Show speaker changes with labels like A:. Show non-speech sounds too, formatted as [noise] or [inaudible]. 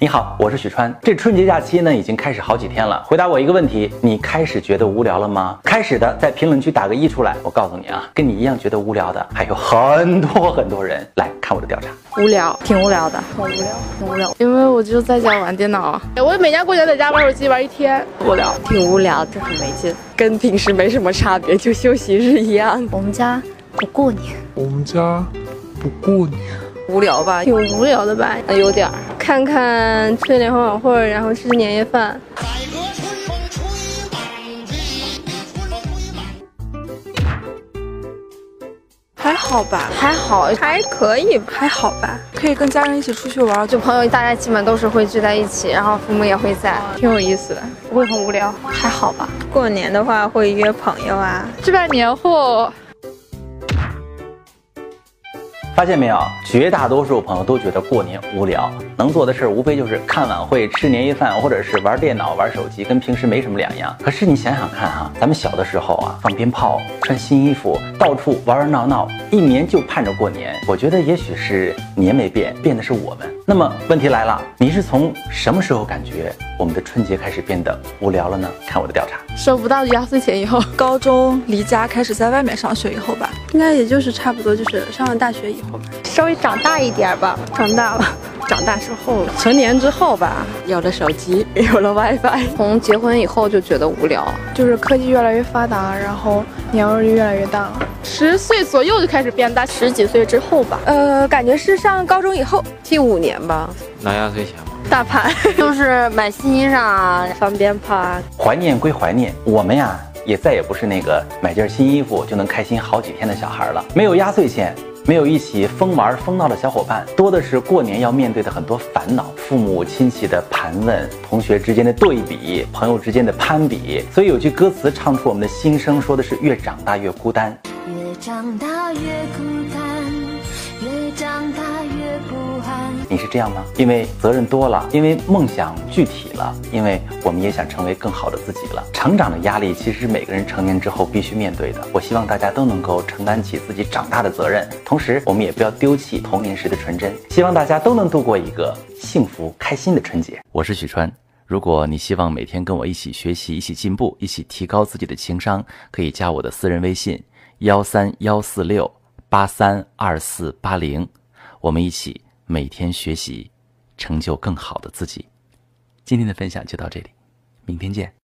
A: 你好，我是许川。这春节假期呢，已经开始好几天了。回答我一个问题：你开始觉得无聊了吗？开始的，在评论区打个一出来。我告诉你啊，跟你一样觉得无聊的还有很多很多人。来看我的调查，
B: 无聊，
C: 挺无聊的。
B: 很无聊，很无聊。因为我就在家玩电脑啊，我每年过年在家玩手机玩一天，无聊。
D: 挺无聊，就很没劲，跟平时没什么差别，就休息日一样。
C: 我们家不过年，
E: 我们家不过年，
D: 无聊吧，
B: 挺无聊的吧？
D: 有点儿。
B: 看看春联晚会，然后吃吃年夜饭。
F: 改革春风吹满地，春风吹满
G: 还好吧，
B: 还好，还可以，还好吧。
G: 可以跟家人一起出去玩，
B: 就
G: 就
B: 朋友，大家基本都是会聚在一起，然后父母也会在，挺有意思的，不会很无聊，还好吧。
H: 过年的话会约朋友啊，
B: 置办年货，
A: 发现没有？绝大多数朋友都觉得过年无聊，能做的事儿无非就是看晚会、吃年夜饭，或者是玩电脑、玩手机，跟平时没什么两样。可是你想想看哈、咱们小的时候啊，放鞭炮、穿新衣服，到处玩玩闹闹，一年就盼着过年。我觉得也许是年没变，变的是我们。那么问题来了，你是从什么时候感觉我们的春节开始变得无聊了呢？看我的调查。
B: 收不到压岁钱以后，
G: 高中离家开始在外面上学以后吧，应该也就是差不多就是上了大学以后吧。
H: 稍微长大一点吧。
G: 长大了，长大之后
D: 成年之后吧，有了手机，有了 WiFi，
H: 从结婚以后就觉得无聊，
I: 就是科技越来越发达，然后年味儿就越来越淡了。
B: 十岁左右就开始变大，十几岁之后吧。
G: 呃，感觉是上高中以后，
D: 近五年吧，
J: 拿压岁钱吗？
B: 大盘
C: 就是买新衣裳
B: [laughs]
C: 啊，
D: 放鞭炮啊，
A: 怀念归怀念，我们呀也再也不是那个买件新衣服就能开心好几天的小孩了。没有压岁钱，没有一起疯玩疯闹的小伙伴，多的是过年要面对的很多烦恼：父母亲戚的盘问，同学之间的对比，朋友之间的攀比。所以有句歌词唱出我们的心声，说的是越长大越孤单。
F: 越长大越空淡，越长大越不安。
A: 你是这样吗？因为责任多了，因为梦想具体了，因为我们也想成为更好的自己了。成长的压力其实是每个人成年之后必须面对的。我希望大家都能够承担起自己长大的责任，同时我们也不要丢弃童年时的纯真。希望大家都能度过一个幸福开心的春节。我是许川。如果你希望每天跟我一起学习、一起进步、一起提高自己的情商，可以加我的私人微信：幺三幺四六八三二四八零。我们一起每天学习，成就更好的自己。今天的分享就到这里，明天见。